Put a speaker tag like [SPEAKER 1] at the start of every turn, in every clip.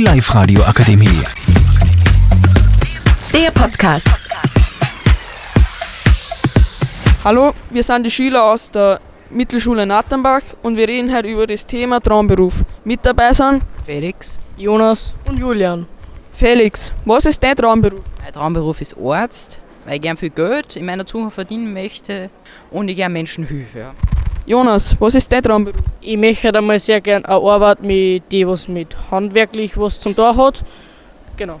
[SPEAKER 1] Live Radio Akademie.
[SPEAKER 2] Der Podcast.
[SPEAKER 3] Hallo, wir sind die Schüler aus der Mittelschule Nattenbach und wir reden heute über das Thema Traumberuf. Mit dabei sind
[SPEAKER 4] Felix.
[SPEAKER 5] Jonas und Julian.
[SPEAKER 3] Felix, was ist dein Traumberuf?
[SPEAKER 4] Mein Traumberuf ist Arzt, weil ich gern viel Geld in meiner Zukunft verdienen möchte und ich gern Menschen helfe. Ja.
[SPEAKER 3] Jonas, was ist dein Traumberuf?
[SPEAKER 5] Ich möchte einmal sehr gern eine Arbeit mit die, was mit handwerklich was zum Tor hat. Genau.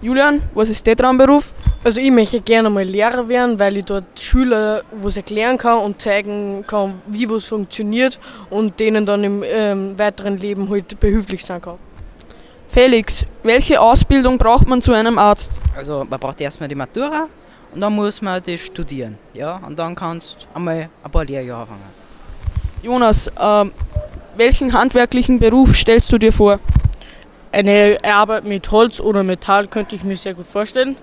[SPEAKER 3] Julian, was ist dein Traumberuf?
[SPEAKER 6] Also ich möchte gerne mal Lehrer werden, weil ich dort Schüler was erklären kann und zeigen kann, wie was funktioniert und denen dann im ähm, weiteren Leben halt behilflich sein kann.
[SPEAKER 3] Felix, welche Ausbildung braucht man zu einem Arzt?
[SPEAKER 4] Also man braucht erstmal die Matura und dann muss man das studieren. Ja? Und dann kannst du einmal ein paar Lehrjahre anfangen.
[SPEAKER 3] Jonas, ähm, welchen handwerklichen Beruf stellst du dir vor?
[SPEAKER 5] Eine Arbeit mit Holz oder Metall könnte ich mir sehr gut vorstellen.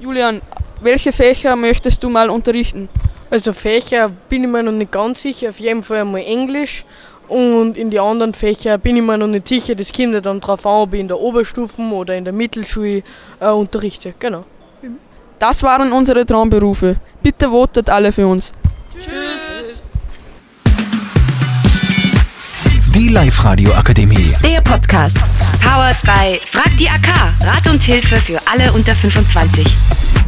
[SPEAKER 3] Julian, welche Fächer möchtest du mal unterrichten?
[SPEAKER 6] Also Fächer bin ich mir noch nicht ganz sicher, auf jeden Fall einmal Englisch und in die anderen Fächer bin ich mir noch nicht sicher, das kommt ja dann drauf an, ob ich in der Oberstufen oder in der Mittelschule äh, unterrichte. Genau.
[SPEAKER 3] Das waren unsere Traumberufe. Bitte votet alle für uns.
[SPEAKER 1] Die Live Radio Akademie.
[SPEAKER 2] Der Podcast. Powered by Frag die AK. Rat und Hilfe für alle unter 25.